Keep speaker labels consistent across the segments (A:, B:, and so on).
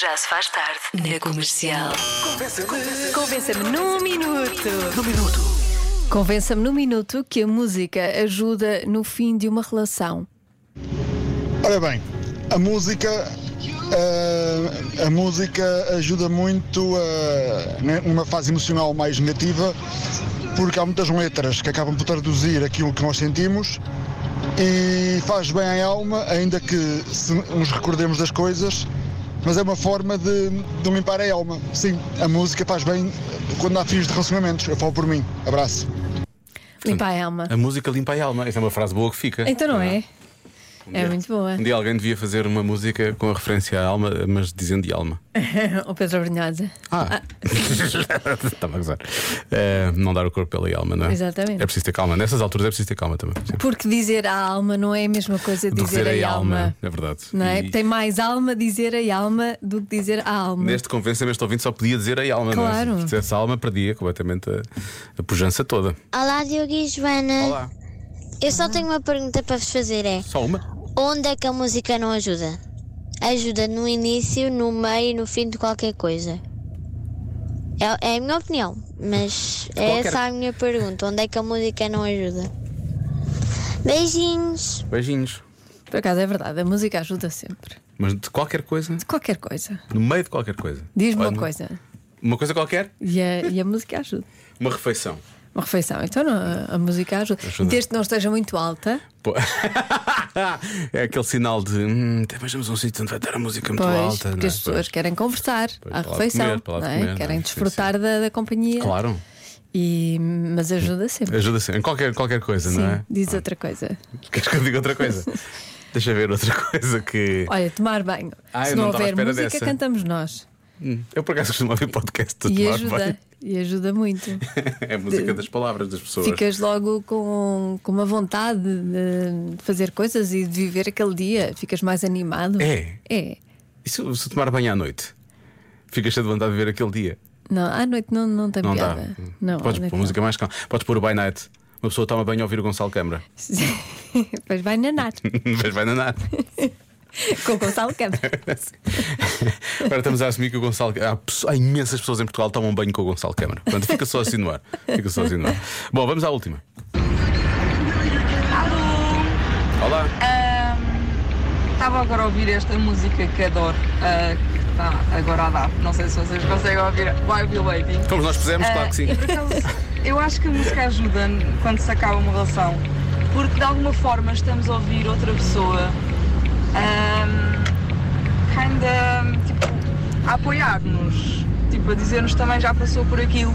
A: Já se faz tarde na comercial.
B: Convença-me num minuto. Num minuto. Convença-me num minuto que a música ajuda no fim de uma relação.
C: Ora bem, a música. eh, a música ajuda muito a, né, numa fase emocional mais negativa, porque há muitas letras que acabam por traduzir aquilo que nós sentimos e faz bem à alma, ainda que se nos recordemos das coisas, mas é uma forma de, de limpar a alma. Sim, a música faz bem quando há fins de relacionamentos. Eu falo por mim. Abraço.
B: Limpa a é alma.
D: A música limpa a alma. Essa é uma frase boa que fica.
B: Então não é?
D: Ah. Um
B: É
D: dia-
B: muito boa.
D: Um dia alguém devia fazer uma música com a referência à alma, mas dizendo de alma.
B: O Pedro Brunhosa.
D: Ah! Estava Ah. a gozar. Eh, não dar o corpo pela alma, não é?
B: Exatamente.
D: É preciso ter calma. Nessas alturas é preciso ter calma também. Sim.
B: Porque dizer a alma não é a mesma coisa de
D: Do
B: dizer,
D: dizer
B: a
D: a
B: alma.
D: alma, é verdade.
B: Não é?
D: E-
B: Tem mais alma dizer a alma do que dizer a alma.
D: Neste convença-me, este ouvinte só podia dizer a alma,
B: Claro.
D: não é? Se dissesse a alma, perdia completamente a, a pujança toda.
E: Olá, Diogo e Joana.
D: Olá.
E: Eu só tenho uma pergunta para vos fazer: é
D: Só uma?
E: onde é que a música não ajuda? Ajuda no início, no meio e no fim de qualquer coisa. É, é a minha opinião, mas é
D: Qualquer-
E: essa a minha pergunta: onde é que a música não ajuda? Beijinhos!
D: Beijinhos.
B: Por acaso é verdade, a música ajuda sempre.
D: Mas de qualquer coisa,
B: De qualquer coisa.
D: no meio de qualquer coisa.
B: Diz-me
D: Olha,
B: uma coisa.
D: Uma coisa qualquer?
B: E a, e a música ajuda.
D: Uma refeição.
B: Uma refeição. Então não, a, a música ajuda.
D: Ajuda.
B: Desde que não esteja muito alta.
D: Pô. é aquele sinal de hum, até vejamos um sítio onde vai estar a música muito
B: Pois,
D: alta.
B: porque
D: não é?
B: as pessoas
D: Pois.
B: querem conversar à
D: para lá
B: refeição,
D: comer, para lá
B: não é?
D: comer, não é?
B: querem
D: Sim,
B: desfrutar Da, da companhia.
D: Claro,
B: E, mas ajuda sempre.
D: ajuda sempre. Em qualquer, qualquer coisa,
B: Sim,
D: não é?
B: diz outra coisa.
D: Queres que eu diga outra coisa? Deixa ver outra coisa que.
B: Olha, tomar banho.
D: Ah,
B: Se
D: eu
B: não
D: não estava à
B: houver
D: espera
B: música,
D: dessa.
B: cantamos nós.
D: Hum, Eu por acaso costumo ouvir podcast do
B: E
D: Tomás
B: ajuda.
D: Pai.
B: E ajuda muito.
D: É a música das palavras das pessoas.
B: Ficas logo com, com uma vontade de fazer coisas e de viver aquele dia. Ficas mais animado.
D: É.
B: É.
D: E se, se tomar banho à noite? Ficas cheio de vontade de ver aquele dia.
B: Não, à noite não, não tem
D: Não dá.
B: piada. Não, à
D: Podes
B: noite
D: pôr
B: não.
D: música mais calma. Podes pôr o By Night. Uma pessoa toma banho a ouvir o Gonçalo Câmara.
B: Depois vai nanar
D: Mas vai nanar.
B: com o Gonçalo Câmara.
D: Agora estamos a assumir que o Gonçalo. Há, pesso- há imensas pessoas em Portugal que tomam banho com o Gonçalo Câmara. Portanto, fica só assim no ar. Fica só assim no ar. Bom, vamos à última. Olá.
F: Estava agora a ouvir esta música que adoro, ah, que está agora a dar. Não sei se vocês conseguem ouvir. Why Be Waiting.
D: Como nós pusemos,
F: Ah,
D: claro que sim.
F: e por acaso, eu acho que a música ajuda n- quando se acaba uma relação, porque de alguma forma estamos a ouvir outra pessoa ahm, kinda, tipo, a apoiar-nos, tipo, a dizer-nos também já passou por aquilo.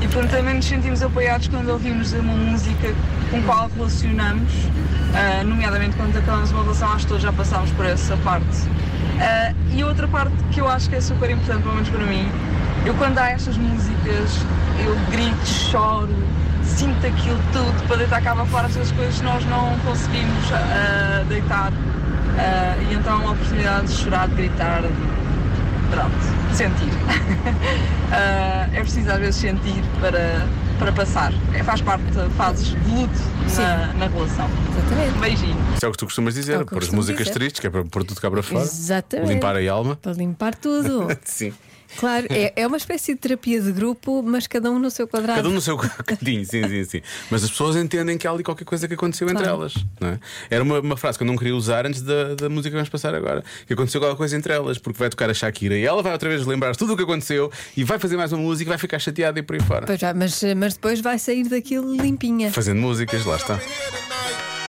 F: E portanto também nos sentimos apoiados quando ouvimos uma música com a qual relacionamos, ah, nomeadamente quando acabamos uma relação, acho que todos já passámos por essa parte. Ah, e outra parte que eu acho que é super importante, pelo menos para mim, eu quando há estas músicas, eu grito, choro, sinto aquilo tudo para deitar cá para fora as coisas que nós não conseguimos ah, deitar. Ah, e então a oportunidade de chorar, de gritar, de pronto, sentir. Ah, é preciso às vezes sentir para, para passar. É, faz parte de fases de luto na, na relação.
B: Exatamente.
F: Beijinho.
D: Isso é o que tu costumas
B: É
D: dizer,
B: o que eu
D: pôr as
B: costumo
D: músicas
B: dizer.
D: tristes, que é para pôr tudo cá para fora.
B: Exatamente.
D: Limpar a alma.
B: Para limpar tudo.
D: Sim.
B: Claro, é, é uma espécie de terapia de grupo, mas cada um no seu quadrado.
D: Cada um no seu cantinho, sim, sim, sim. Mas as pessoas entendem que há ali qualquer coisa que aconteceu entre
B: Claro.
D: elas. não é? Era uma, uma frase que eu não queria usar antes da, da música que vamos passar agora. Que aconteceu qualquer coisa entre elas, porque vai tocar a Shakira e ela vai outra vez lembrar tudo o que aconteceu e vai fazer mais uma música e vai ficar chateada e por aí fora.
B: Pois vai, mas, mas depois vai sair daquilo limpinha.
D: Fazendo músicas, lá está.